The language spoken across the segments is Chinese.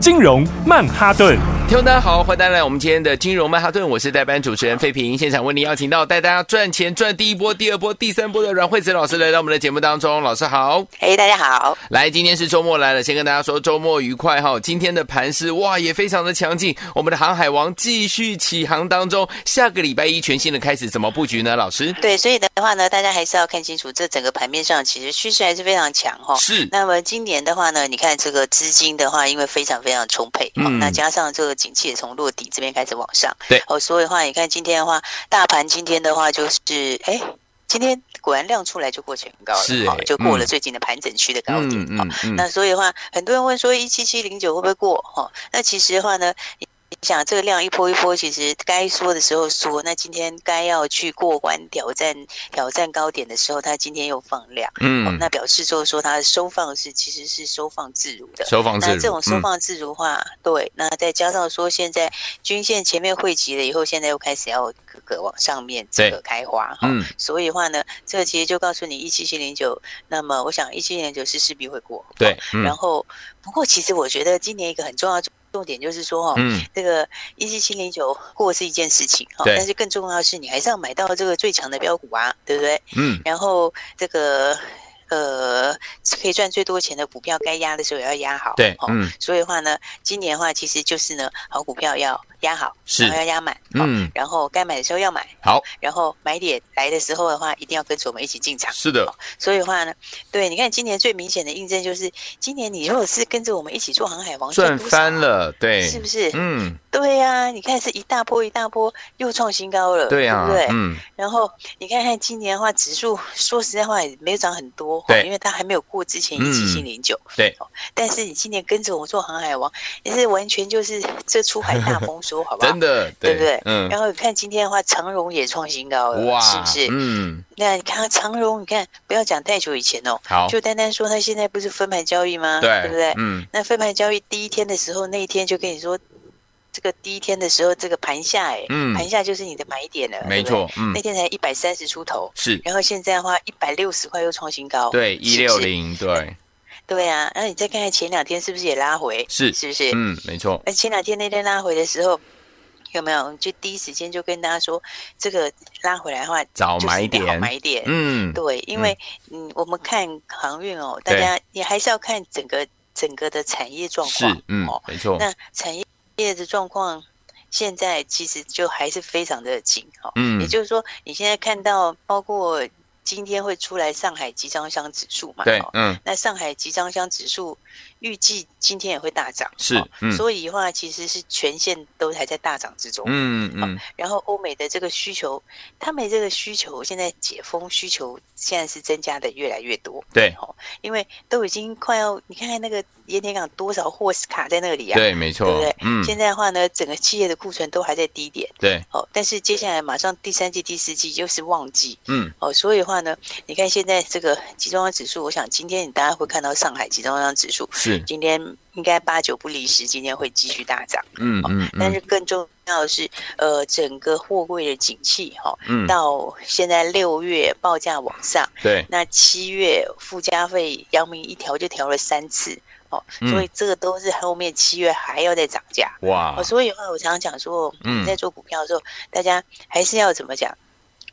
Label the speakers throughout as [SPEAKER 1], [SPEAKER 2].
[SPEAKER 1] 金融曼哈顿。
[SPEAKER 2] 听众大家好，欢迎大家来我们今天的金融曼哈顿，我是代班主持人费平。现场为您邀请到带大家赚钱赚第一波、第二波、第三波的阮慧慈老师来到我们的节目当中，老师好。
[SPEAKER 3] 哎、大家好，
[SPEAKER 2] 来，今天是周末来了，先跟大家说周末愉快哈。今天的盘势哇也非常的强劲，我们的航海王继续起航当中，下个礼拜一全新的开始，怎么布局呢？老师
[SPEAKER 3] 对，所以的话呢，大家还是要看清楚，这整个盘面上其实趋势还是非常强哈、哦。
[SPEAKER 2] 是
[SPEAKER 3] 那么今年的话呢，你看这个资金的话，因为非常非常充沛，哦
[SPEAKER 2] 嗯
[SPEAKER 3] 那加上这个景气也从落底这边开始往上，
[SPEAKER 2] 对
[SPEAKER 3] 哦，所以的话，你看今天的话，大盘今天的话就是，哎，今天果然亮出来就过前高了，
[SPEAKER 2] 是
[SPEAKER 3] 哦
[SPEAKER 2] 哎
[SPEAKER 3] 就过了
[SPEAKER 2] 嗯
[SPEAKER 3] 最近的盘整区的高点，哦
[SPEAKER 2] 嗯
[SPEAKER 3] 那所以的话，很多人问说一七七零九会不会过？哈、哦，那其实的话呢，你你想这个量一波一波，其实该缩的时候缩，那今天该要去过关挑战挑战高点的时候，它今天又放量，哦
[SPEAKER 2] 嗯，
[SPEAKER 3] 那表示就是说它的收放是其实是收放自如的。
[SPEAKER 2] 收放自
[SPEAKER 3] 那
[SPEAKER 2] 如，
[SPEAKER 3] 这种收
[SPEAKER 2] 嗯
[SPEAKER 3] 放自如化，对，那再加上说现在均线前面汇集了以后，现在又开始要各个往上面
[SPEAKER 2] 对
[SPEAKER 3] 这个开花哈，
[SPEAKER 2] 嗯
[SPEAKER 3] 所以的话呢，这其实就告诉你一七七零九，那么我想一七零九是势必会过，
[SPEAKER 2] 对，嗯
[SPEAKER 3] 然后，不过其实我觉得今年一个很重要的重点就是说哦，
[SPEAKER 2] 嗯
[SPEAKER 3] 这个一七七零九过是一件事情哈，
[SPEAKER 2] 对
[SPEAKER 3] 但是更重要的是你还是要买到这个最强的标股啊，对不对？
[SPEAKER 2] 嗯
[SPEAKER 3] 然后这个呃可以赚最多钱的股票，该压的时候也要压好，
[SPEAKER 2] 对
[SPEAKER 3] 哦
[SPEAKER 2] 嗯
[SPEAKER 3] 所以的话呢，今年的话其实就是呢，好股票要压好，
[SPEAKER 2] 是
[SPEAKER 3] 然后要压满，哦，
[SPEAKER 2] 嗯
[SPEAKER 3] 然后该买的时候要买，
[SPEAKER 2] 好
[SPEAKER 3] 然后买点来的时候的话，一定要跟着我们一起进场。
[SPEAKER 2] 是的
[SPEAKER 3] 所以的话呢，对，你看今年最明显的印证就是，今年你如果是跟着我们一起做航海王，
[SPEAKER 2] 赚
[SPEAKER 3] 多少啊
[SPEAKER 2] 翻，了对
[SPEAKER 3] 是不是？
[SPEAKER 2] 嗯
[SPEAKER 3] 对呀、你看是一大波一大波又创新高了，
[SPEAKER 2] 对啊
[SPEAKER 3] 不对？
[SPEAKER 2] 嗯
[SPEAKER 3] 然后你看看今年的话，指数说实在话也没有涨很多，
[SPEAKER 2] 对
[SPEAKER 3] 因为它还没有过之前
[SPEAKER 2] 嗯
[SPEAKER 3] 一七七零九，
[SPEAKER 2] 对
[SPEAKER 3] 哦。但是你今年跟着我们做航海王，也是完全就是这出海大丰收，好不好？
[SPEAKER 2] 真的
[SPEAKER 3] 对不对？
[SPEAKER 2] 嗯
[SPEAKER 3] 然后你看今天的话，长荣也创新高了，
[SPEAKER 2] 哇
[SPEAKER 3] 是不是？
[SPEAKER 2] 嗯
[SPEAKER 3] 那你看长荣，你看不要讲太久以前哦，
[SPEAKER 2] 好
[SPEAKER 3] 就单单说他现在不是分盘交易吗？
[SPEAKER 2] 对
[SPEAKER 3] 不对？
[SPEAKER 2] 嗯
[SPEAKER 3] 那分盘交易第一天的时候，那一天就跟你说，这个第一天的时候，这个盘下哎、
[SPEAKER 2] 嗯
[SPEAKER 3] 盘下就是你的买点了，
[SPEAKER 2] 没
[SPEAKER 3] 对不
[SPEAKER 2] 错
[SPEAKER 3] 对。
[SPEAKER 2] 嗯
[SPEAKER 3] 那天才一百三十出头，
[SPEAKER 2] 是
[SPEAKER 3] 然后现在的话一百六十块又创新高，
[SPEAKER 2] 对一
[SPEAKER 3] 是
[SPEAKER 2] 六
[SPEAKER 3] 不是，
[SPEAKER 2] 零对
[SPEAKER 3] 对啊。那你再看看前两天是不是也拉回？
[SPEAKER 2] 是
[SPEAKER 3] 是不是？
[SPEAKER 2] 嗯没错
[SPEAKER 3] 那前两天那天拉回的时候。有没有？我们就第一时间就跟大家说，这个拉回来的话，
[SPEAKER 2] 找
[SPEAKER 3] 就是
[SPEAKER 2] 买
[SPEAKER 3] 一个好
[SPEAKER 2] 点
[SPEAKER 3] 买点，
[SPEAKER 2] 嗯
[SPEAKER 3] 对，因
[SPEAKER 2] 嗯
[SPEAKER 3] 为嗯，我们看航运哦，大
[SPEAKER 2] 对
[SPEAKER 3] 家也还是要看整个整个的产业状
[SPEAKER 2] 是
[SPEAKER 3] 况。
[SPEAKER 2] 嗯
[SPEAKER 3] 哦，
[SPEAKER 2] 没错
[SPEAKER 3] 那产业的状况现在其实就还是非常的紧哦。
[SPEAKER 2] 嗯
[SPEAKER 3] 也就是说，你现在看到包括今天会出来上海集装箱指数嘛？
[SPEAKER 2] 对
[SPEAKER 3] 哦
[SPEAKER 2] 嗯
[SPEAKER 3] 那上海集装箱指数预计今天也会大涨，
[SPEAKER 2] 是
[SPEAKER 3] 哦
[SPEAKER 2] 嗯
[SPEAKER 3] 所以的话其实是全线都还在大涨之中。
[SPEAKER 2] 嗯嗯
[SPEAKER 3] 然后欧美的这个需求，他们这个需求现在解封需求现在是增加的越来越多，
[SPEAKER 2] 对
[SPEAKER 3] 因为都已经快要你看看那个盐田港多少货是卡在那里啊，
[SPEAKER 2] 对没
[SPEAKER 3] 对
[SPEAKER 2] 错
[SPEAKER 3] 不对？
[SPEAKER 2] 嗯
[SPEAKER 3] 现在的话呢，整个企业的库存都还在低点
[SPEAKER 2] 对
[SPEAKER 3] 哦，但是接下来马上第三季、第四季又是旺季
[SPEAKER 2] 嗯
[SPEAKER 3] 哦，所以的话呢，你看现在这个集装箱指数，我想今天你大家会看到上海集装箱指数
[SPEAKER 2] 是
[SPEAKER 3] 今天应该八九不离十，今天会继续大涨。
[SPEAKER 2] 嗯嗯
[SPEAKER 3] 但
[SPEAKER 2] 嗯
[SPEAKER 3] 是更重要的是，呃，整个货柜的景气哈、哦，
[SPEAKER 2] 嗯
[SPEAKER 3] 到现在六月报价往上，
[SPEAKER 2] 对
[SPEAKER 3] 那七月附加费阳明一调就调了三次哦，
[SPEAKER 2] 嗯
[SPEAKER 3] 所以这个都是后面七月还要再涨价。
[SPEAKER 2] 哇
[SPEAKER 3] 哦，所以的话，我常常讲说，
[SPEAKER 2] 嗯
[SPEAKER 3] 你在做股票的时候，大家还是要怎么讲？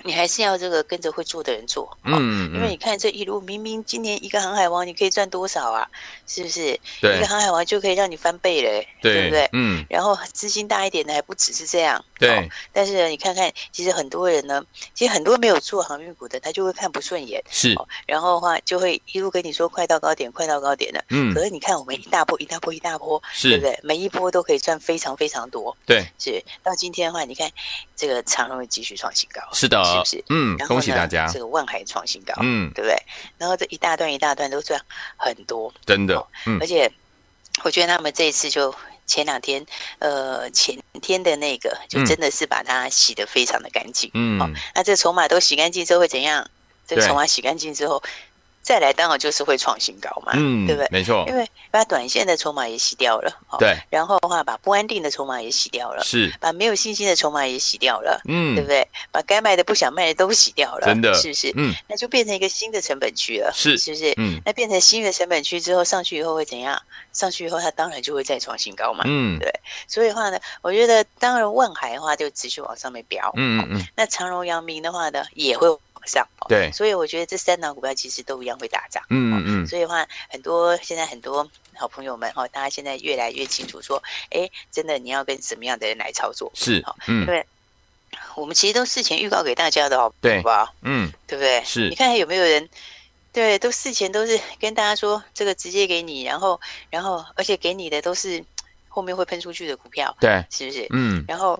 [SPEAKER 3] 你还是要这个跟着会做的人做，哦，
[SPEAKER 2] 嗯
[SPEAKER 3] 因为
[SPEAKER 2] 嗯
[SPEAKER 3] 你看这一路，明明今年一个航海王你可以赚多少啊？是不是？一
[SPEAKER 2] 对
[SPEAKER 3] 个航海王就可以让你翻倍了、对
[SPEAKER 2] 对
[SPEAKER 3] 不对？
[SPEAKER 2] 嗯
[SPEAKER 3] 然后资金大一点的还不只是这样，
[SPEAKER 2] 对
[SPEAKER 3] 哦但是呢你看看，其实很多人呢，其实很多没有做航运股的，他就会看不顺眼，
[SPEAKER 2] 是
[SPEAKER 3] 哦，然后的话就会一路跟你说快到高点，快到高点了。
[SPEAKER 2] 嗯
[SPEAKER 3] 可是你看，我们一大波一大波一大波，对
[SPEAKER 2] 是
[SPEAKER 3] 不对？每一波都可以赚非常非常多，
[SPEAKER 2] 对
[SPEAKER 3] 是。到今天的话，你看这个长荣也继续创新高，
[SPEAKER 2] 是的
[SPEAKER 3] 是不是？
[SPEAKER 2] 嗯
[SPEAKER 3] 然后
[SPEAKER 2] 恭喜
[SPEAKER 3] 呢
[SPEAKER 2] 大家
[SPEAKER 3] 这个万海创新高，
[SPEAKER 2] 嗯
[SPEAKER 3] 对不对？然后这一大段一大段都赚很多，
[SPEAKER 2] 真的
[SPEAKER 3] 哦
[SPEAKER 2] 嗯
[SPEAKER 3] 而且我觉得他们这一次就前两天呃前天的那个，就
[SPEAKER 2] 嗯
[SPEAKER 3] 真的是把它洗得非常的干净。好
[SPEAKER 2] 嗯，
[SPEAKER 3] 那这筹码都洗干净之后会怎样？这
[SPEAKER 2] 对
[SPEAKER 3] 筹码洗干净之后，再来当然就是会创新高嘛，
[SPEAKER 2] 嗯，
[SPEAKER 3] 啊对不对？
[SPEAKER 2] 没错
[SPEAKER 3] 因，为把短线的筹码也洗掉了，哦，
[SPEAKER 2] 对，
[SPEAKER 3] 然后的话把不安定的筹码也洗掉了，
[SPEAKER 2] 是，
[SPEAKER 3] 把没有信心的筹码也洗掉了，
[SPEAKER 2] 嗯
[SPEAKER 3] 对，不对？把该卖的不想卖的都洗掉了，
[SPEAKER 2] 真的
[SPEAKER 3] 是不是？
[SPEAKER 2] 嗯
[SPEAKER 3] 那就变成一个新的成本区了，
[SPEAKER 2] 是
[SPEAKER 3] 是不是？
[SPEAKER 2] 嗯
[SPEAKER 3] 那变成新的成本区之后，上去以后会怎样？上去以后，它当然就会再创新高嘛。
[SPEAKER 2] 嗯
[SPEAKER 3] 对所以的话呢，我觉得当然万海的话就持续往上面飙，哦
[SPEAKER 2] 嗯嗯嗯，
[SPEAKER 3] 那长荣、阳明的话呢，也会往上。哦
[SPEAKER 2] 对
[SPEAKER 3] 所以我觉得这三档股票其实都一样会打涨。
[SPEAKER 2] 嗯嗯
[SPEAKER 3] 所以的话，很多现在很多好朋友们哈、哦，大家现在越来越清楚说，哎，真的你要跟什么样的人来操作？
[SPEAKER 2] 是
[SPEAKER 3] 好，
[SPEAKER 2] 嗯
[SPEAKER 3] 我们其实都事前预告给大家的，哦好
[SPEAKER 2] 对
[SPEAKER 3] 好不好？
[SPEAKER 2] 嗯
[SPEAKER 3] 对不对？
[SPEAKER 2] 是
[SPEAKER 3] 你看有没有人？对，都事前都是跟大家说这个直接给你，然后，然后，而且给你的都是后面会喷出去的股票，
[SPEAKER 2] 对，
[SPEAKER 3] 是不是？
[SPEAKER 2] 嗯
[SPEAKER 3] 然后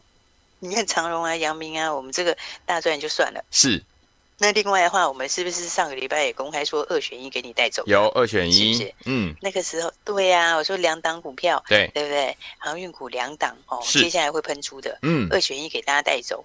[SPEAKER 3] 你看长荣啊、阳明啊，我们这个大赚就算了。
[SPEAKER 2] 是
[SPEAKER 3] 那另外的话，我们是不是上个礼拜也公开说二选一给你带走？
[SPEAKER 2] 有二选
[SPEAKER 3] 是不
[SPEAKER 2] 一
[SPEAKER 3] 是，
[SPEAKER 2] 嗯
[SPEAKER 3] 那个时候，对呀、我说两档股票，
[SPEAKER 2] 对，
[SPEAKER 3] 对不对？航运股两档哦，
[SPEAKER 2] 是
[SPEAKER 3] 接下来会喷出的，
[SPEAKER 2] 嗯
[SPEAKER 3] 二选一给大家带走，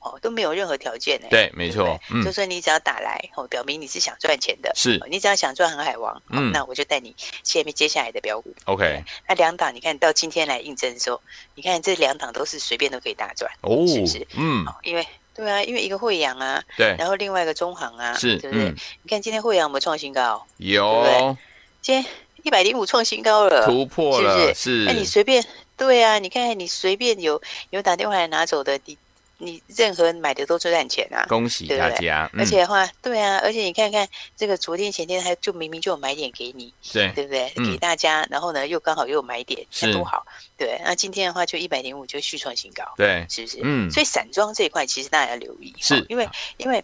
[SPEAKER 3] 哦，都没有任何条件呢。
[SPEAKER 2] 对，没
[SPEAKER 3] 对不对，
[SPEAKER 2] 错，嗯
[SPEAKER 3] 就说你只要打来哦，表明你是想赚钱的，
[SPEAKER 2] 是
[SPEAKER 3] 哦你只要想赚航海王，哦
[SPEAKER 2] 嗯
[SPEAKER 3] 那我就带你下面接下来的标股。
[SPEAKER 2] ，OK，
[SPEAKER 3] 那两档，你看到今天来应征的时候，你看这两档都是随便都可以大赚，
[SPEAKER 2] 哦
[SPEAKER 3] 是不是，
[SPEAKER 2] 嗯
[SPEAKER 3] 哦，因为对啊，因为一个惠阳啊，
[SPEAKER 2] 对，
[SPEAKER 3] 然后另外一个中行啊，
[SPEAKER 2] 是
[SPEAKER 3] 对不对？
[SPEAKER 2] 嗯
[SPEAKER 3] 你看今天惠阳有没有创新高？
[SPEAKER 2] 有
[SPEAKER 3] 今天一百零五创新高了。哎
[SPEAKER 2] 突破了，是
[SPEAKER 3] 那你随便，对啊，你看你随便有有打电话来拿走的，你你任何买的都赚钱啊。
[SPEAKER 2] 恭喜大家，嗯
[SPEAKER 3] 而且的话，对啊，而且你看看这个昨天前天还就明明就有买点给你，
[SPEAKER 2] 对，
[SPEAKER 3] 对不对？
[SPEAKER 2] 嗯
[SPEAKER 3] 给大家，然后呢又刚好又有买点，
[SPEAKER 2] 是
[SPEAKER 3] 那多好，对。那今天的话就一百零五就续创新高，
[SPEAKER 2] 对，
[SPEAKER 3] 是不是？
[SPEAKER 2] 嗯
[SPEAKER 3] 所以散装这一块其实大家要留意，
[SPEAKER 2] 是
[SPEAKER 3] 哦因为因为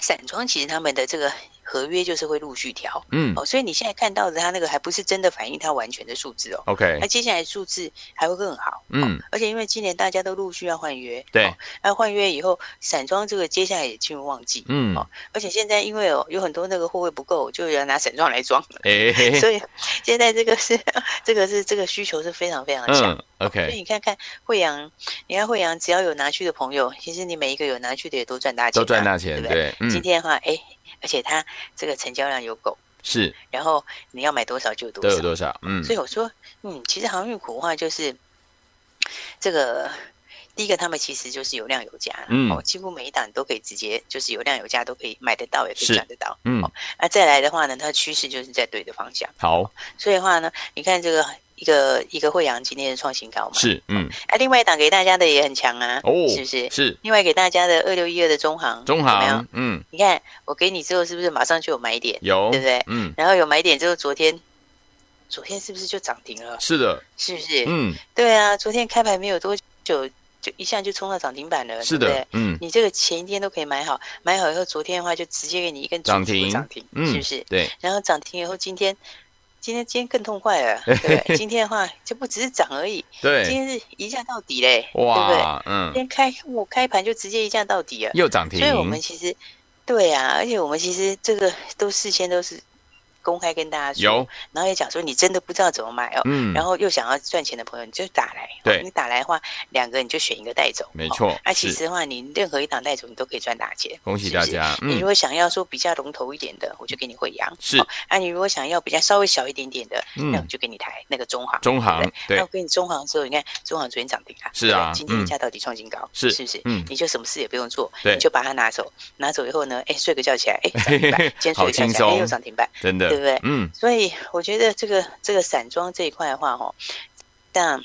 [SPEAKER 3] 散装其实他们的这个合约就是会陆续调
[SPEAKER 2] 嗯
[SPEAKER 3] 哦，所以你现在看到的它那个还不是真的反映它完全的数字哦，
[SPEAKER 2] ，OK，
[SPEAKER 3] 那接下来数字还会更好，哦
[SPEAKER 2] 嗯，
[SPEAKER 3] 而且因为今年大家都陆续要换约，
[SPEAKER 2] 对
[SPEAKER 3] 哦，那换约以后散装这个接下来也进入旺季，
[SPEAKER 2] 嗯，
[SPEAKER 3] 而且现在因为哦有很多那个货位不够，就有人拿散装来装，
[SPEAKER 2] 哎，
[SPEAKER 3] 所以现在这个是这个是这个需求是非常非常强。
[SPEAKER 2] 嗯
[SPEAKER 3] 所以
[SPEAKER 2] ，OK，
[SPEAKER 3] 你看看惠阳，你看惠阳，只要有拿去的朋友，其实你每一个有拿去的也都赚大钱啊、
[SPEAKER 2] 都赚大钱，
[SPEAKER 3] 对不对？
[SPEAKER 2] 对，嗯
[SPEAKER 3] 今，天的话，哎，而且它这个成交量有够，
[SPEAKER 2] 是
[SPEAKER 3] 然后你要买多少就有
[SPEAKER 2] 都
[SPEAKER 3] 多
[SPEAKER 2] 有
[SPEAKER 3] 少。
[SPEAKER 2] 多少？嗯，
[SPEAKER 3] 所以我说，嗯，其实航运股的话，就是这个第一个，他们其实就是有量有价，
[SPEAKER 2] 嗯
[SPEAKER 3] 哦，几乎每一档都可以直接就是有量有价都可以买得到，也可以
[SPEAKER 2] 是
[SPEAKER 3] 赚得到。
[SPEAKER 2] 嗯，
[SPEAKER 3] 那啊再来的话呢，它的趋势就是在对的方向，
[SPEAKER 2] 好，
[SPEAKER 3] 所以的话呢，你看这个一个一个惠阳今天的创新高嘛，
[SPEAKER 2] 是，嗯，
[SPEAKER 3] 啊，另外一档给大家的也很强啊，
[SPEAKER 2] 哦，
[SPEAKER 3] 是不是？
[SPEAKER 2] 是
[SPEAKER 3] 另外给大家的二六一二的中行，
[SPEAKER 2] 中
[SPEAKER 3] 怎么样
[SPEAKER 2] 行，嗯，
[SPEAKER 3] 你看我给你之后，是不是马上就有买点？
[SPEAKER 2] 有，
[SPEAKER 3] 对不对
[SPEAKER 2] 嗯，
[SPEAKER 3] 然后有买点之后，昨天，昨天是不是就涨停了？
[SPEAKER 2] 是的，
[SPEAKER 3] 是不是？
[SPEAKER 2] 嗯，
[SPEAKER 3] 对啊，昨天开盘没有多久，就一下就冲到涨停板了，
[SPEAKER 2] 是
[SPEAKER 3] 对不
[SPEAKER 2] 的
[SPEAKER 3] 对，
[SPEAKER 2] 嗯，
[SPEAKER 3] 你这个前一天都可以买好，买好以后，昨天的话就直接给你一根
[SPEAKER 2] 涨
[SPEAKER 3] 足足的
[SPEAKER 2] 停
[SPEAKER 3] 涨停，
[SPEAKER 2] 嗯，
[SPEAKER 3] 是不是？
[SPEAKER 2] 对，
[SPEAKER 3] 然后涨停以后，今天，今天今天更痛 快了，对不对？今天的话就不只是涨而已，今
[SPEAKER 2] 对，
[SPEAKER 3] 天是一价到底嘞，对不对？
[SPEAKER 2] 哇，嗯
[SPEAKER 3] 今，天开我开盘就直接一价到底了，
[SPEAKER 2] 又涨停
[SPEAKER 3] 所以，我们其实对啊，而且我们其实这个都事先都是公开跟大家说，
[SPEAKER 2] 有，
[SPEAKER 3] 然后也讲说你真的不知道怎么买哦，
[SPEAKER 2] 嗯，
[SPEAKER 3] 然后又想要赚钱的朋友，你就打来，
[SPEAKER 2] 对
[SPEAKER 3] 哦你打来的话，两个你就选一个带走，
[SPEAKER 2] 没
[SPEAKER 3] 哦。
[SPEAKER 2] 错，
[SPEAKER 3] 那、其
[SPEAKER 2] 是，
[SPEAKER 3] 实的话，你任何一档带走，你都可以赚大钱。
[SPEAKER 2] 恭喜大
[SPEAKER 3] 是不是。
[SPEAKER 2] 家，
[SPEAKER 3] 你如
[SPEAKER 2] 嗯，
[SPEAKER 3] 果想要说比较龙头一点的，我就给你惠阳；
[SPEAKER 2] 是
[SPEAKER 3] 哦，啊，你如果想要比较稍微小一点点的，那我
[SPEAKER 2] 嗯，
[SPEAKER 3] 就给你台那个中行。
[SPEAKER 2] 中
[SPEAKER 3] 对
[SPEAKER 2] 行
[SPEAKER 3] 不，对
[SPEAKER 2] 对
[SPEAKER 3] 那我，给你中行之后，你看中行昨天涨停啊，
[SPEAKER 2] 是
[SPEAKER 3] 对不对
[SPEAKER 2] 啊
[SPEAKER 3] 今天
[SPEAKER 2] 嗯
[SPEAKER 3] 一价到底创新高，
[SPEAKER 2] 是
[SPEAKER 3] 是不是？
[SPEAKER 2] 嗯
[SPEAKER 3] 你就什么事也不用做，
[SPEAKER 2] 对
[SPEAKER 3] 你就把它拿走，拿走以后呢，哎，睡个觉起来，哎，涨停板，今天睡
[SPEAKER 2] 好
[SPEAKER 3] 个觉
[SPEAKER 2] 轻
[SPEAKER 3] 起来，哎，
[SPEAKER 2] 松
[SPEAKER 3] 又涨停板。
[SPEAKER 2] 真的，
[SPEAKER 3] 对不对
[SPEAKER 2] 嗯，
[SPEAKER 3] 所以我觉得这个这个散装这一块的话，哦，但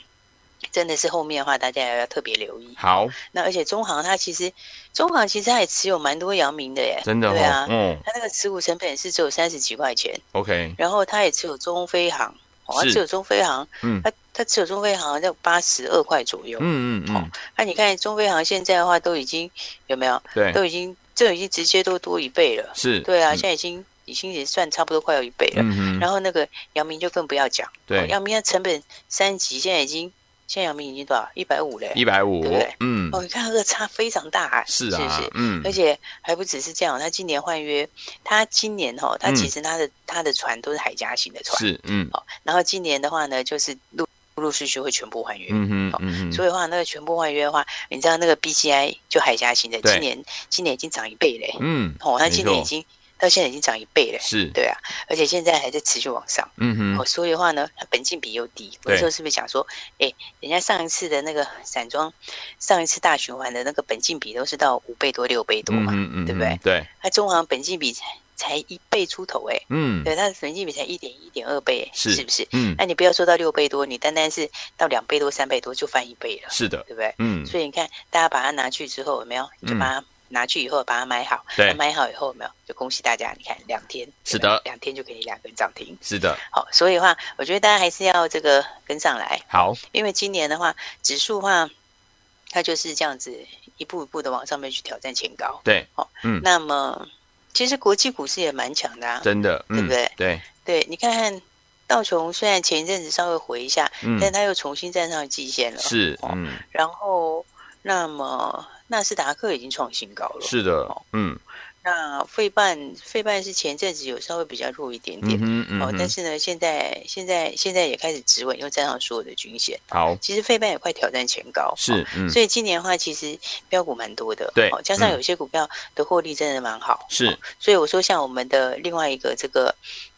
[SPEAKER 3] 真的是后面的话，大家也要特别留意。
[SPEAKER 2] 好，
[SPEAKER 3] 那而且中航它其实，中航其实它也持有蛮多阳明的耶，
[SPEAKER 2] 真的
[SPEAKER 3] 对
[SPEAKER 2] 哦
[SPEAKER 3] 啊，，
[SPEAKER 2] 嗯
[SPEAKER 3] 它那个持股成本也是只有三十几块钱，
[SPEAKER 2] ，OK，
[SPEAKER 3] 然后它也持有中飞航，哦，它
[SPEAKER 2] 是
[SPEAKER 3] 持有中飞航，
[SPEAKER 2] 嗯
[SPEAKER 3] 它它持有中飞航在八十二块左右。
[SPEAKER 2] 嗯嗯嗯，
[SPEAKER 3] 那你看中飞航现在的话，都已经有没有？
[SPEAKER 2] 对，
[SPEAKER 3] 都已经这已经直接都多一倍了。
[SPEAKER 2] 哎是，
[SPEAKER 3] 对啊，
[SPEAKER 2] 嗯
[SPEAKER 3] 现在已经已经也算差不多快有一倍了。
[SPEAKER 2] 嗯哼，
[SPEAKER 3] 然后那个阳明就更不要讲，
[SPEAKER 2] 对
[SPEAKER 3] 哦阳明的成本三级现在已经，现在阳明已经多少？一百五嘞。
[SPEAKER 2] 一百五
[SPEAKER 3] 对不对，
[SPEAKER 2] 嗯，
[SPEAKER 3] 哦，你看这个差非常大、啊，
[SPEAKER 2] 是
[SPEAKER 3] 不
[SPEAKER 2] 啊
[SPEAKER 3] 是？，
[SPEAKER 2] 嗯
[SPEAKER 3] 而，且还不只是这样，他今年换约，他今年哈、哦，他
[SPEAKER 2] 嗯
[SPEAKER 3] 其实他的、他的船都是海峡型的船，
[SPEAKER 2] 是，嗯，
[SPEAKER 3] 哦，然后今年的话呢，就是陆陆续就会全部还原。
[SPEAKER 2] 嗯哼，嗯
[SPEAKER 3] 所以的话，那个全部换约的话，你知道那个 BCI 就海峡型的，
[SPEAKER 2] 对
[SPEAKER 3] 今年今年已经涨一倍嘞、
[SPEAKER 2] 嗯，
[SPEAKER 3] 哦，它
[SPEAKER 2] 没
[SPEAKER 3] 今年已
[SPEAKER 2] 错
[SPEAKER 3] 经到现在已经涨一倍嘞、
[SPEAKER 2] 是，
[SPEAKER 3] 对啊，而且现在还在持续往上。
[SPEAKER 2] 嗯哼
[SPEAKER 3] 哦，，所以的话呢，它本金比又低。我
[SPEAKER 2] 对
[SPEAKER 3] 那时候是不是讲说，哎，人家上一次的那个散装，上一次大循环的那个本金比都是到五倍多、六倍多
[SPEAKER 2] 嗯
[SPEAKER 3] 嘛，
[SPEAKER 2] 哼嗯哼，
[SPEAKER 3] 对不对？
[SPEAKER 2] 对，
[SPEAKER 3] 那中行本金比才才一倍出头哎、
[SPEAKER 2] 嗯，
[SPEAKER 3] 对，它的本金比才一点一点二倍、哎
[SPEAKER 2] 是
[SPEAKER 3] 是不是？
[SPEAKER 2] 嗯，
[SPEAKER 3] 那你不要说到六倍多，你单单是到两倍多、三倍多就翻一倍了，
[SPEAKER 2] 是的
[SPEAKER 3] 对，不对？
[SPEAKER 2] 嗯，
[SPEAKER 3] 哎所以你看，大家把它拿去之后，有没有？你就
[SPEAKER 2] 嗯
[SPEAKER 3] 把它拿去以后，把它买好，
[SPEAKER 2] 对
[SPEAKER 3] 买好以后有没有？就恭喜大家，你看两天，
[SPEAKER 2] 是
[SPEAKER 3] 对不对
[SPEAKER 2] 的
[SPEAKER 3] 两天就给你两根涨停。
[SPEAKER 2] 是的，
[SPEAKER 3] 好，所以的话，我觉得大家还是要这个跟上来，
[SPEAKER 2] 好，
[SPEAKER 3] 因为今年的话，指数的话，它就是这样子一步一步的往上面去挑战前高。
[SPEAKER 2] 对，嗯
[SPEAKER 3] 那么，其实国际股市也蛮强的啊。
[SPEAKER 2] 真的，
[SPEAKER 3] 对
[SPEAKER 2] 嗯，
[SPEAKER 3] 不对
[SPEAKER 2] 对，
[SPEAKER 3] 对，你看看道琼，虽然前一阵子稍微回一下，
[SPEAKER 2] 嗯，
[SPEAKER 3] 但它又重新站上季线了。。
[SPEAKER 2] 是，
[SPEAKER 3] 哦
[SPEAKER 2] 嗯，
[SPEAKER 3] 然后，那么纳斯达克已经创新高了。。
[SPEAKER 2] 是的
[SPEAKER 3] 哦，
[SPEAKER 2] 嗯，
[SPEAKER 3] 那费半费半是前阵子有稍微比较弱一点
[SPEAKER 2] 嗯
[SPEAKER 3] 点。
[SPEAKER 2] 哼，嗯
[SPEAKER 3] 哦，但
[SPEAKER 2] 哼，
[SPEAKER 3] 是呢，现在现在现在也开始止稳，又站上所有的均线。
[SPEAKER 2] 好，
[SPEAKER 3] 其实费半也快挑战前高，
[SPEAKER 2] 是
[SPEAKER 3] 哦，
[SPEAKER 2] 嗯，
[SPEAKER 3] 所以今年的话，其实标股蛮多的，
[SPEAKER 2] 对
[SPEAKER 3] 哦加上
[SPEAKER 2] 嗯
[SPEAKER 3] 有些股票的获利真的蛮好，
[SPEAKER 2] 是
[SPEAKER 3] 哦，所以我说像我们的另外一个这个，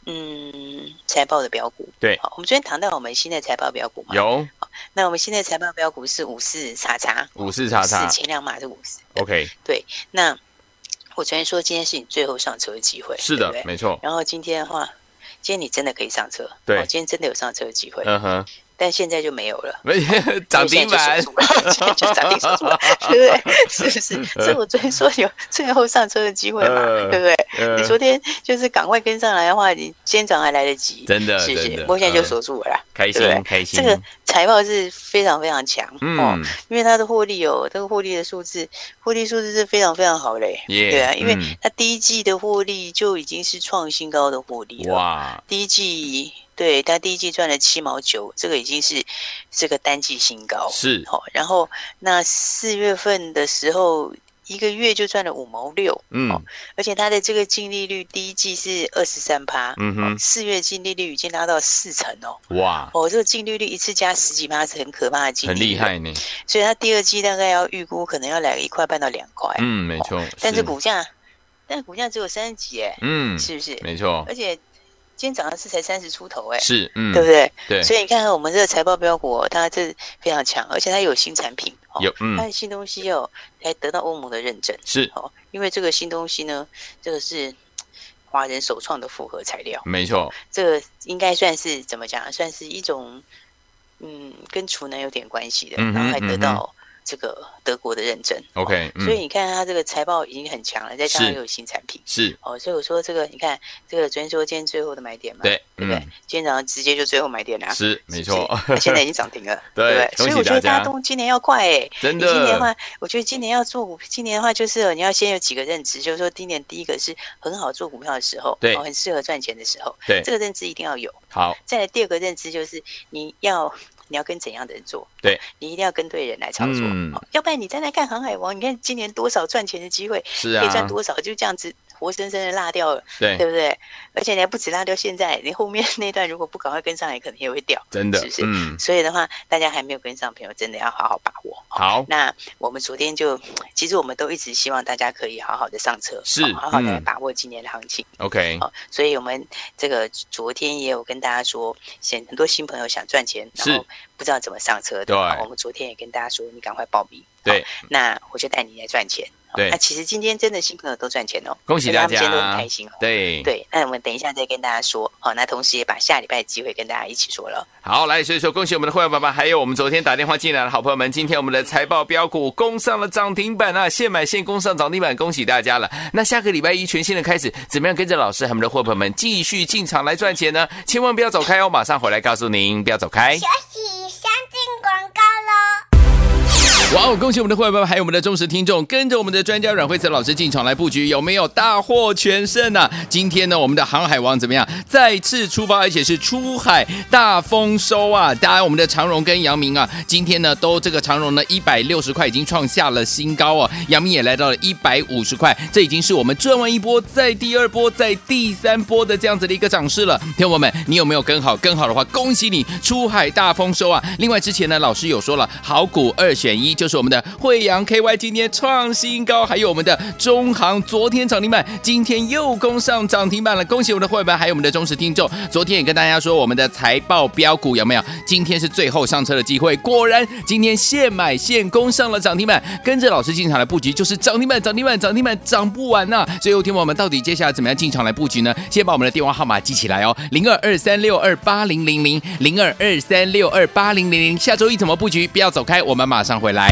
[SPEAKER 3] 嗯，财报的标股，哦
[SPEAKER 2] 对
[SPEAKER 3] 好，我们昨天谈到我们新的财报标股嘛，，
[SPEAKER 2] 有
[SPEAKER 3] 那我们新的财报标股是五四叉叉，
[SPEAKER 2] 五四叉哦叉
[SPEAKER 3] 前两码是五四，
[SPEAKER 2] ，OK，
[SPEAKER 3] 那我昨天说今天是你最后上车的机会，
[SPEAKER 2] 是
[SPEAKER 3] 对
[SPEAKER 2] 的
[SPEAKER 3] 不，对
[SPEAKER 2] 没错，
[SPEAKER 3] 然后今天的话，今天你真的可以上车，
[SPEAKER 2] 对
[SPEAKER 3] 哦今天真的有上车的机会，
[SPEAKER 2] 嗯哼，
[SPEAKER 3] 但现在就没有了。
[SPEAKER 2] 没涨停板，
[SPEAKER 3] 现 在就涨停锁住了，对不对？是不是？所以我昨天说有最后上车的机会嘛，
[SPEAKER 2] 呃
[SPEAKER 3] 对不对？
[SPEAKER 2] 呃
[SPEAKER 3] 你昨天就是赶快跟上来的话，你今天早上还来得及，
[SPEAKER 2] 真的，
[SPEAKER 3] 是不
[SPEAKER 2] 真
[SPEAKER 3] 是
[SPEAKER 2] 的，？
[SPEAKER 3] 我现在就
[SPEAKER 2] 嗯
[SPEAKER 3] 锁住了啦。
[SPEAKER 2] 开
[SPEAKER 3] 对不
[SPEAKER 2] 心
[SPEAKER 3] 对
[SPEAKER 2] 开心，
[SPEAKER 3] 这个财报是非常非常强，哦，
[SPEAKER 2] 嗯，
[SPEAKER 3] 因为它的获利哦，这个获利的数字，获利数字是非常非常好嘞，
[SPEAKER 2] 耶
[SPEAKER 3] 对啊，因为
[SPEAKER 2] 嗯
[SPEAKER 3] 它第一季的获利就已经是创新高的获利了，
[SPEAKER 2] 哇，
[SPEAKER 3] 第一季对它第一季赚了七毛九，这个已经是这个单季新高。
[SPEAKER 2] 是，
[SPEAKER 3] 好、哦然后那四月份的时候，一个月就赚了五毛六，
[SPEAKER 2] 嗯
[SPEAKER 3] 哦而且它的这个净利率第一季是二十三趴，
[SPEAKER 2] 嗯哼，
[SPEAKER 3] 四月净利率已经拉到四成哦。
[SPEAKER 2] 哇，
[SPEAKER 3] 哦，这个净利率一次加十几趴是很可怕的净利
[SPEAKER 2] 很
[SPEAKER 3] 率，
[SPEAKER 2] 厉。害呢，
[SPEAKER 3] 所以它第二季大概要预估可能要来个一块半到两块，
[SPEAKER 2] 嗯，没错，
[SPEAKER 3] 哎哦但是股价，但股价只有三十几哎，
[SPEAKER 2] 嗯，
[SPEAKER 3] 是不是？
[SPEAKER 2] 没错，
[SPEAKER 3] 而且今天早上是才三十出头哎，
[SPEAKER 2] 是，嗯，
[SPEAKER 3] 对不对？
[SPEAKER 2] 对，
[SPEAKER 3] 所以你看看我们这个财报标股、哦，它这非常强，而且它有新产品，哦、
[SPEAKER 2] 有，嗯
[SPEAKER 3] 它，的新东西哦，还得到欧盟的认证
[SPEAKER 2] 是，
[SPEAKER 3] 哦，因为这个新东西呢，这个是华人首创的复合材料，
[SPEAKER 2] 没错，
[SPEAKER 3] 这个应该算是怎么讲？算是一种嗯，跟储能有点关系的，
[SPEAKER 2] 嗯哼
[SPEAKER 3] 然后还得到这个德国的认证。哦
[SPEAKER 2] OK，嗯
[SPEAKER 3] 所以你看它这个财报已经很强了，再加上
[SPEAKER 2] 是
[SPEAKER 3] 又有新产品。
[SPEAKER 2] 是，
[SPEAKER 3] 哦，所以我说这个，你看这个昨天说今天最后的买点嘛，
[SPEAKER 2] 对，
[SPEAKER 3] 对不对？
[SPEAKER 2] 嗯，
[SPEAKER 3] 今天早上直接就最后买点啦、
[SPEAKER 2] 是，没错，
[SPEAKER 3] 是不是那 现在已经涨停了，
[SPEAKER 2] 对
[SPEAKER 3] 不对？
[SPEAKER 2] 恭
[SPEAKER 3] 所
[SPEAKER 2] 喜
[SPEAKER 3] 以我觉得
[SPEAKER 2] 大家
[SPEAKER 3] 大家动今年要快哎、
[SPEAKER 2] 真
[SPEAKER 3] 你今年的
[SPEAKER 2] 的，
[SPEAKER 3] 话，我觉得今年要做股，今年的话就是呃你要先有几个认知，就是说今年第一个是很好做股票的时候，
[SPEAKER 2] 对
[SPEAKER 3] 哦很适合赚钱的时候，
[SPEAKER 2] 对
[SPEAKER 3] 这个认知一定要有。
[SPEAKER 2] 好，
[SPEAKER 3] 再来第二个认知就是你要你要跟怎样的人做，
[SPEAKER 2] 对
[SPEAKER 3] 你一定要跟对人来操作，
[SPEAKER 2] 嗯
[SPEAKER 3] 哦要不然你再来看航海王，你看今年多少赚钱的机会，
[SPEAKER 2] 是
[SPEAKER 3] 可以赚
[SPEAKER 2] 啊，
[SPEAKER 3] 多少，就这样子活生生的落掉了，对
[SPEAKER 2] 对，
[SPEAKER 3] 不对？而且你还不止落掉现在，你后面那段如果不赶快跟上来，可能也会掉。
[SPEAKER 2] 真的
[SPEAKER 3] 是不，是哦
[SPEAKER 2] 嗯，
[SPEAKER 3] 所以的话，大家还没有跟上的朋友，真的要好好把握。哦
[SPEAKER 2] 好，
[SPEAKER 3] 那我们昨天就，其实我们都一直希望大家可以好好的上车，
[SPEAKER 2] 是
[SPEAKER 3] 哦好好的来
[SPEAKER 2] 嗯
[SPEAKER 3] 把握今年的行情。
[SPEAKER 2] OK，
[SPEAKER 3] 好、所以我们这个昨天也有跟大家说，现很多新朋友想赚钱，然
[SPEAKER 2] 是
[SPEAKER 3] 后不知道怎么上车的。
[SPEAKER 2] 对
[SPEAKER 3] 哦我们昨天也跟大家说，你赶快报名。
[SPEAKER 2] 对
[SPEAKER 3] 哦那我就带你来赚钱。哦
[SPEAKER 2] 对
[SPEAKER 3] 那其实今天真的新朋友都赚钱哦，
[SPEAKER 2] 恭喜
[SPEAKER 3] 而且他
[SPEAKER 2] 大
[SPEAKER 3] 们今天都很
[SPEAKER 2] 家
[SPEAKER 3] 开，心哦。
[SPEAKER 2] 对，
[SPEAKER 3] 对，那我们等一下再跟大家说。好、那同时也把下礼拜的机会跟大家一起说了。
[SPEAKER 2] 好，来，所以说恭喜我们的会员爸爸，还有我们昨天打电话进来的好朋友们，今天我们的财报标股攻上了涨停板啊，现买现攻上涨停板，恭喜大家了。那下个礼拜一全新的开始，怎么样跟着老师和我们的会朋友们继续进场来赚钱呢？千万不要走开哦，马上回来告诉您，不要走开。
[SPEAKER 4] 休息，先进广告喽。
[SPEAKER 2] 哇哦！恭喜我们的会员朋友们，还有我们的忠实听众，跟着我们的专家阮慧慈老师进场来布局，有没有大获全胜呢、今天呢，我们的航海王怎么样再次出发，而且是出海大丰收啊！当然，我们的长荣跟杨明啊，今天呢都这个长荣呢一百六十块已经创下了新高哦，杨明也来到了一百五十块，这已经是我们赚完一波，在第二波，在第三波的这样子的一个涨势了。听我们，你有没有跟好？跟好的话，恭喜你出海大丰收啊！另外之前呢，老师有说了，好股二选一，就是我们的惠阳 KY 今天创新高，还有我们的中航昨天涨停板，今天又攻上涨停板了。恭喜我们的会员们，还有我们的忠实听众。昨天也跟大家说，我们的财报标股有没有？今天是最后上车的机会，果然今天现买现攻上了涨停板，跟着老师进场来布局，就是涨停板、涨停板、涨停板，涨不完呐、所以，有听我们到底接下来怎么样进场来布局呢？先把我们的电话号码记起来哦，零二二三六二八零零零，零二二三六二八零零零。下周一怎么布局？不要走开，我们马上回来。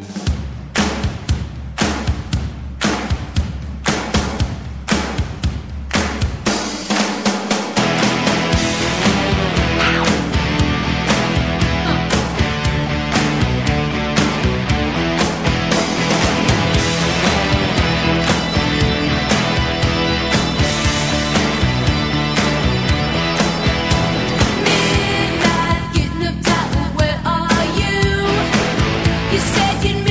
[SPEAKER 5] Midnight, getting up tight, where are you? You said you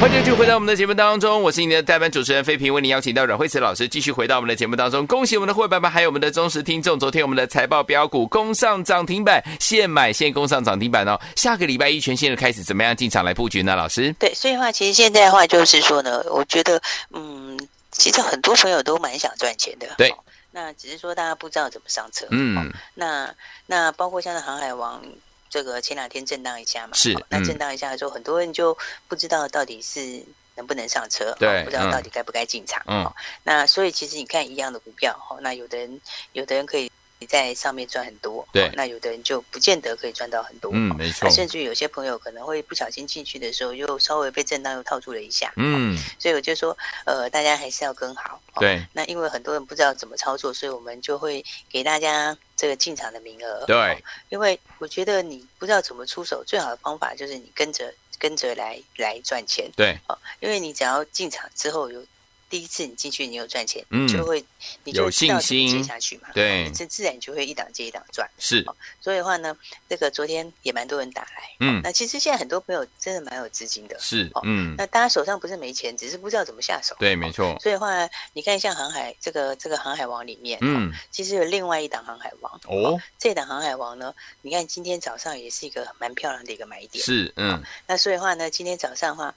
[SPEAKER 2] 欢迎继续回到我们的节目当中，我是你的代班主持人飞平，为您邀请到阮慧慈老师继续回到我们的节目当中。恭喜我们的会员们，还有我们的忠实听众。昨天我们的财报标股攻上涨停板，现买现攻上涨停板哦。下个礼拜一全线的开始，怎么样进场来布局呢？老师，
[SPEAKER 3] 对，所以的话，其实现在的话就是说呢，我觉得，嗯，其实很多朋友都蛮想赚钱的，
[SPEAKER 2] 对
[SPEAKER 3] 哦那只是说大家不知道怎么上车，哦
[SPEAKER 2] 嗯，
[SPEAKER 3] 那那包括像是航海王。这个前两天震荡一下嘛，
[SPEAKER 2] 是
[SPEAKER 3] 哦那
[SPEAKER 2] 嗯
[SPEAKER 3] 震荡一下的时候，很多人就不知道到底是能不能上车，哦
[SPEAKER 2] 对
[SPEAKER 3] 不知道
[SPEAKER 2] 嗯
[SPEAKER 3] 到底该不该进场，
[SPEAKER 2] 嗯
[SPEAKER 3] 哦那所以其实你看一样的股票，哦，那有的人有的人可以在上面赚很多，
[SPEAKER 2] 对
[SPEAKER 3] 哦那有的人就不见得可以赚到很多，
[SPEAKER 2] 嗯
[SPEAKER 3] 哦，
[SPEAKER 2] 没错
[SPEAKER 3] 那，甚至于有些朋友可能会不小心进去的时候，又稍微被震荡又套住了一下。哦
[SPEAKER 2] 嗯，
[SPEAKER 3] 所以我就说，呃，大家还是要跟好。哦。
[SPEAKER 2] 对
[SPEAKER 3] 那因为很多人不知道怎么操作，所以我们就会给大家这个进场的名额。哦
[SPEAKER 2] 对，
[SPEAKER 3] 因为我觉得你不知道怎么出手，最好的方法就是你跟着跟着来来赚钱。
[SPEAKER 2] 对，
[SPEAKER 3] 哦，因为你只要进场之后有第一次你进去你有赚钱，
[SPEAKER 2] 嗯
[SPEAKER 3] 就会你就
[SPEAKER 2] 有信
[SPEAKER 3] 知道怎么接
[SPEAKER 2] 心
[SPEAKER 3] 下去嘛。
[SPEAKER 2] 对
[SPEAKER 3] 哦这自然你就会一档接一档赚。
[SPEAKER 2] 是，
[SPEAKER 3] 所以的话呢，这个昨天也蛮多人打来。
[SPEAKER 2] 嗯，
[SPEAKER 3] 那其实现在很多朋友真的蛮有资金的，
[SPEAKER 2] 是
[SPEAKER 3] 哦，
[SPEAKER 2] 嗯，
[SPEAKER 3] 那大家手上不是没钱，只是不知道怎么下手。哦
[SPEAKER 2] 对，没错，
[SPEAKER 3] 所以的话，你看像航海这个这个航海王里面，
[SPEAKER 2] 嗯
[SPEAKER 3] 哦，，其实有另外一档航海王，
[SPEAKER 2] 哦，
[SPEAKER 3] 这档航海王呢，你看今天早上也是一个蛮漂亮的一个买点。
[SPEAKER 2] 是，嗯，
[SPEAKER 3] 那所以的话呢，今天早上的话，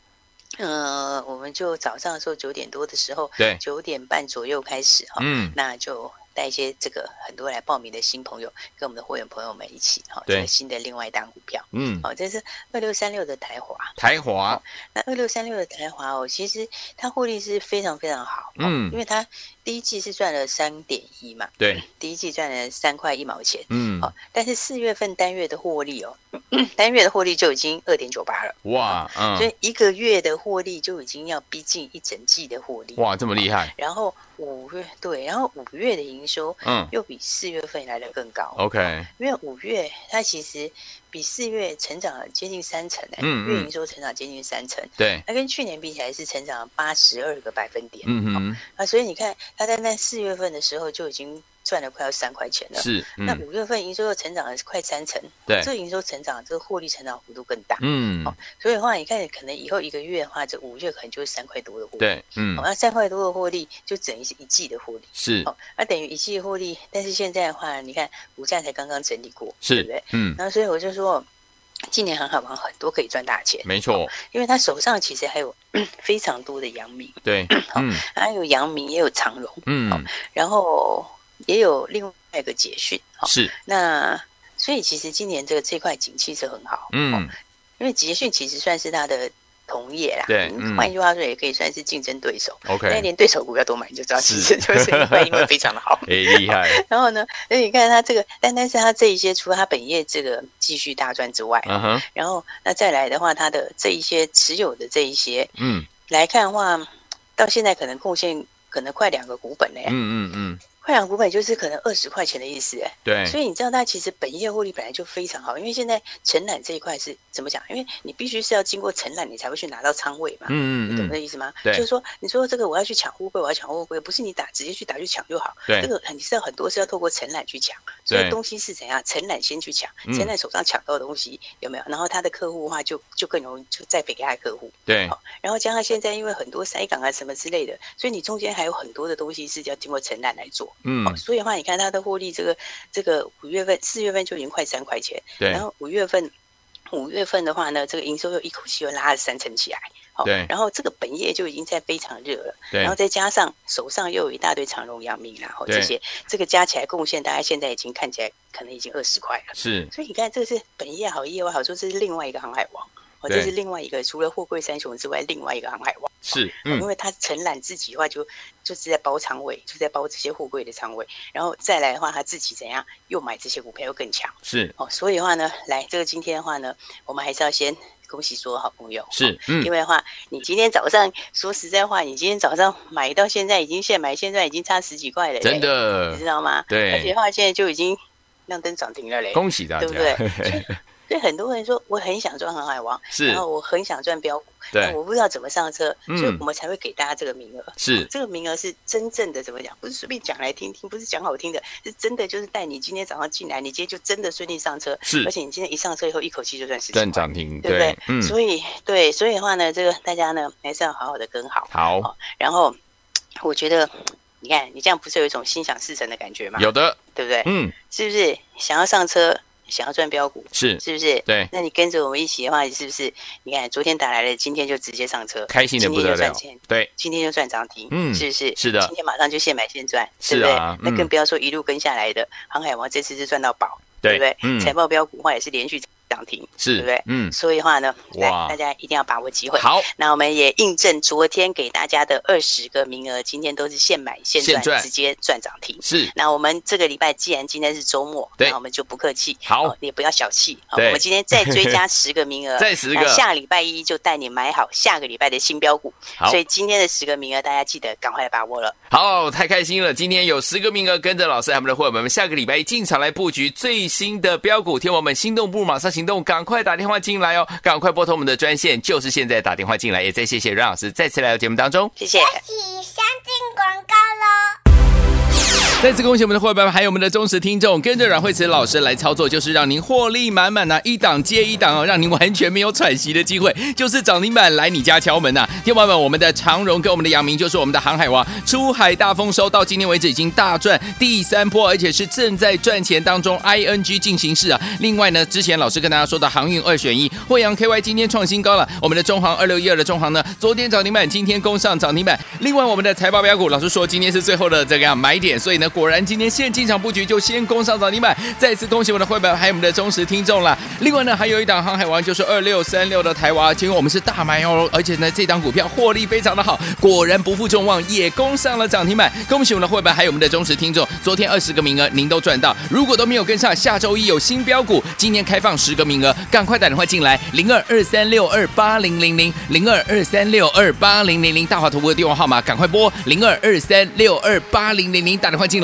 [SPEAKER 3] 呃，我们就早上的时候九点多的时候，
[SPEAKER 2] 对，
[SPEAKER 3] 九点半左右开始哈、
[SPEAKER 2] 嗯，
[SPEAKER 3] 那就带一些这个很多来报名的新朋友，跟我们的会员朋友们一起哈、
[SPEAKER 2] 对
[SPEAKER 3] 这个新的另外一档股票，
[SPEAKER 2] 嗯，
[SPEAKER 3] 哦，这是二六三六的台华，
[SPEAKER 2] 台华，
[SPEAKER 3] 那二六三六的台华哦，其实它获利是非常非常好，哦
[SPEAKER 2] 嗯
[SPEAKER 3] 因为它第一季是赚了三点一嘛，
[SPEAKER 2] 对，
[SPEAKER 3] 第一季赚了三块一毛钱，
[SPEAKER 2] 嗯，
[SPEAKER 3] 好、但是四月份单月的获利哦，单月的获利就已经二点九八了，
[SPEAKER 2] 哇，
[SPEAKER 3] 所
[SPEAKER 2] 嗯，
[SPEAKER 3] 以一个月的获利就已经要逼近一整季的获利，
[SPEAKER 2] 哇，这么厉害，
[SPEAKER 3] 然后五月对，然后五月的营收
[SPEAKER 2] 嗯哦
[SPEAKER 3] 又比四月份来的更高，
[SPEAKER 2] ，OK，
[SPEAKER 3] 因为五月它其实比四月成长了接近三成、哎，
[SPEAKER 2] 嗯嗯
[SPEAKER 3] 月营收成长接近三成。
[SPEAKER 2] 对，
[SPEAKER 3] 那跟去年比起来是成长八十二个百分点、
[SPEAKER 2] 嗯
[SPEAKER 3] 啊，所以你看，它单单四月份的时候就已经赚了快要三块钱
[SPEAKER 2] 哼，
[SPEAKER 3] 了。
[SPEAKER 2] 是，
[SPEAKER 3] 那
[SPEAKER 2] 嗯，
[SPEAKER 3] 五月份营收又成长了快三成，
[SPEAKER 2] 对，
[SPEAKER 3] 这个营收成长，这个获利成长幅度更大。
[SPEAKER 2] 嗯，
[SPEAKER 3] 所以的话，你看，可能以后一个月的话，这五月可能就是三块多的获利。
[SPEAKER 2] 对，嗯
[SPEAKER 3] 好，，那三块多的获利就等于是一季的获利，
[SPEAKER 2] 是
[SPEAKER 3] 哦，那等于一季的获利。但是现在的话，你看股价才刚刚整理过，对不
[SPEAKER 2] 是
[SPEAKER 3] 对？，
[SPEAKER 2] 嗯，
[SPEAKER 3] 然后所以我就说，今年航海王很多可以赚大钱，
[SPEAKER 2] 没错，
[SPEAKER 3] 因为他手上其实还有 非常多的阳明，
[SPEAKER 2] 对，嗯
[SPEAKER 3] 还有阳明，也有长荣，
[SPEAKER 2] 嗯，
[SPEAKER 3] 然后也有另外一个捷讯。好、
[SPEAKER 2] 是，
[SPEAKER 3] 那所以其实今年这个这块景气是很好，
[SPEAKER 2] 嗯，
[SPEAKER 3] 因为捷讯其实算是他的同业啦，
[SPEAKER 2] 对
[SPEAKER 3] 嗯
[SPEAKER 2] 嗯
[SPEAKER 3] 换、句话说也可以算是竞争对手。那
[SPEAKER 2] OK，
[SPEAKER 3] 连对手股票都买，你就知道
[SPEAKER 2] 是
[SPEAKER 3] 其实就是因为因为非常 的好。
[SPEAKER 2] 哎，厉 害，
[SPEAKER 3] 然后呢，所以你看他这个，单单是他这一些，除了他本业这个继续大赚之外，
[SPEAKER 2] 嗯哼，
[SPEAKER 3] 然后那再来的话，他的这一些持有的这一些
[SPEAKER 2] 嗯
[SPEAKER 3] 来看的话，到现在可能贡献可能快两个股本嘞、
[SPEAKER 2] 嗯嗯嗯，
[SPEAKER 3] 快两个股本就是可能二十块钱的意思哎、
[SPEAKER 2] 对，
[SPEAKER 3] 所以你知道它其实本业获利本来就非常好，因为现在承揽这一块是怎么讲？因为你必须是要经过承揽，你才会去拿到仓位嘛。你懂
[SPEAKER 2] 嗯嗯
[SPEAKER 3] 这
[SPEAKER 2] 嗯，
[SPEAKER 3] 意思吗？
[SPEAKER 2] 对
[SPEAKER 3] 就是说，你说这个我要去抢货柜，我要抢货柜，不是你打直接去打去抢就好。这
[SPEAKER 2] 对，
[SPEAKER 3] 个你是要很多是要透过承揽去抢，所以
[SPEAKER 2] 对
[SPEAKER 3] 东西是怎样，承揽先去抢，
[SPEAKER 2] 嗯
[SPEAKER 3] 承揽手上抢到的东西有没有？然后他的客户的话就就更容易就再给他的客户，
[SPEAKER 2] 对，
[SPEAKER 3] 然后加上现在因为很多塞港啊什么之类的，所以你中间还有很多的东西是要经过承揽来做。
[SPEAKER 2] 嗯
[SPEAKER 3] 哦，所以的话，你看它的获利这个这个五月份、四月份就已经快三块钱，
[SPEAKER 2] 对
[SPEAKER 3] 然，后五月份。五月份的话呢，这个营收又一口气又拉了三成起来，好、
[SPEAKER 2] 对
[SPEAKER 3] 然后这个本业就已经在非常热了，
[SPEAKER 2] 对
[SPEAKER 3] 然后再加上手上又有一大堆长荣、阳明啦，然后
[SPEAKER 2] 对
[SPEAKER 3] 这些，这个加起来贡献，大概现在已经看起来可能已经二十块了。
[SPEAKER 2] 是，
[SPEAKER 3] 所以你看，这个是本业好，业外好，说这是另外一个航海王，哦，
[SPEAKER 2] 对
[SPEAKER 3] 这是另外一个除了货柜三雄之外，另外一个航海王，
[SPEAKER 2] 是，嗯，
[SPEAKER 3] 因为他承揽自己的话就，就是在包仓位，就在包这些货柜的仓位，然后再来的话，他自己怎样又买这些股票又更强
[SPEAKER 2] 是
[SPEAKER 3] 哦，所以的话呢，来这个今天的话呢，我们还是要先恭喜所有好朋友，哦
[SPEAKER 2] 是，嗯
[SPEAKER 3] 因，为的话，你今天早上说实在话，你今天早上买到现在已经现买，现在已经差十几块了，
[SPEAKER 2] 真，的
[SPEAKER 3] 你知，道吗？而且
[SPEAKER 2] 对
[SPEAKER 3] 的，话现在就已经亮灯涨停了嘞。
[SPEAKER 2] 恭喜大
[SPEAKER 3] 对
[SPEAKER 2] 家
[SPEAKER 3] 不，对？所以所以很多人说我很想赚航海王，
[SPEAKER 2] 是
[SPEAKER 3] 然后我很想赚标股，但
[SPEAKER 2] 对，
[SPEAKER 3] 我不知道怎么上车，
[SPEAKER 2] 嗯
[SPEAKER 3] 所以我们才会给大家这个名额。
[SPEAKER 2] 是
[SPEAKER 3] 这个名额是真正的怎么讲？不是随便讲来听听，不是讲好听的，是真的就是带你今天早上进来，你今天就真的顺利上车，
[SPEAKER 2] 是
[SPEAKER 3] 而且你今天一上车以后，一口气就赚十几
[SPEAKER 2] 赚
[SPEAKER 3] 块，
[SPEAKER 2] 涨停，
[SPEAKER 3] 对不对
[SPEAKER 2] 对？，嗯，
[SPEAKER 3] 所以对，所以的话呢，这个大家呢还是要好好的跟好。
[SPEAKER 2] 好，
[SPEAKER 3] 然后我觉得，你看你这样不是有一种心想事成的感觉吗？
[SPEAKER 2] 有的，
[SPEAKER 3] 对不对？
[SPEAKER 2] 嗯，
[SPEAKER 3] 是不是想要上车，想要赚标股，
[SPEAKER 2] 是，
[SPEAKER 3] 是不是？
[SPEAKER 2] 对，
[SPEAKER 3] 那你跟着我们一起的话，你是不是？你看昨天打来了，今天就直接上车，
[SPEAKER 2] 开心的不
[SPEAKER 3] 今天
[SPEAKER 2] 得
[SPEAKER 3] 就
[SPEAKER 2] 了
[SPEAKER 3] 赚钱，
[SPEAKER 2] 对，
[SPEAKER 3] 今天就赚涨停，
[SPEAKER 2] 嗯
[SPEAKER 3] 是不是？
[SPEAKER 2] 是的
[SPEAKER 3] 今天马上就现买现赚，
[SPEAKER 2] 是
[SPEAKER 3] 对不
[SPEAKER 2] 啊
[SPEAKER 3] 对？那
[SPEAKER 2] 嗯
[SPEAKER 3] 更不要说一路跟下来的航海王，这次是赚到宝，对不
[SPEAKER 2] 对
[SPEAKER 3] 对，？
[SPEAKER 2] 嗯，
[SPEAKER 3] 财报标股话也是连续涨停，
[SPEAKER 2] 是，
[SPEAKER 3] 对不对
[SPEAKER 2] 嗯，
[SPEAKER 3] 所以的话呢，来
[SPEAKER 2] 哇
[SPEAKER 3] 大家一定要把握机会。
[SPEAKER 2] 好，
[SPEAKER 3] 那我们也印证昨天给大家的二十个名额，今天都是现买现
[SPEAKER 2] 现
[SPEAKER 3] 赚，
[SPEAKER 2] 赚
[SPEAKER 3] 直接赚涨停。
[SPEAKER 2] 是，
[SPEAKER 3] 那我们这个礼拜既然今天是周末，
[SPEAKER 2] 对
[SPEAKER 3] 那我们就不客气，
[SPEAKER 2] 好
[SPEAKER 3] 哦也不要小气。好
[SPEAKER 2] 对
[SPEAKER 3] 我们今天再追加十个 名额，
[SPEAKER 2] 再十
[SPEAKER 3] 呃那
[SPEAKER 2] 个，
[SPEAKER 3] 下礼拜一就带你买好下个礼拜的新标股。
[SPEAKER 2] 好
[SPEAKER 3] 所以今天的十个名额，大家记得赶快把握了。
[SPEAKER 2] 好，太开心了！今天有十个名额，跟着老师还有我们的伙伴们，下个礼拜一进场来布局最新的标股，天王们心动不如马上行动，赶快打电话进来哦，赶快拨通我们的专线，就是现在打电话进来。也再谢谢阮老师再次来到节目当中。
[SPEAKER 3] 谢谢。
[SPEAKER 5] 起相进广告喽。
[SPEAKER 2] 再次恭喜我们的伙伴们，还有我们的忠实听众，跟着阮慧慈老师来操作，就是让您获利满满呐、一档接一档哦，让您完全没有喘息的机会，就是涨停板来你家敲门呐、天王们，我们的长荣跟我们的阳明，就是我们的航海王，出海大丰收，到今天为止已经大赚第三波，而且是正在赚钱当中，ING 进行式啊。另外呢，之前老师跟大家说的航运二选一，惠阳 KY 今天创新高了，我们的中航二六一二的中航呢，昨天涨停板，今天攻上涨停板。另外，我们的财报标股，老师说今天是最后的这个样买点，所以呢，果然今天现进场布局就先攻上涨停板。再次恭喜我们的会员，还有我们的忠实听众啦。另外呢，还有一档航海王就是二六三六的台娃，结果我们是大买哦，而且呢，这档股票获利非常的好，果然不负众望，也攻上了涨停板。恭喜我们的会员，还有我们的忠实听众，昨天二十个名额您都赚到，如果都没有跟上，下周一有新标股，今天开放十个名额，赶快打电话进来，零二二三六二八零零零零二二三六二八零零零大华投顾的电话号码，赶快拨零二二三六二八零零零打电话进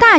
[SPEAKER 4] 大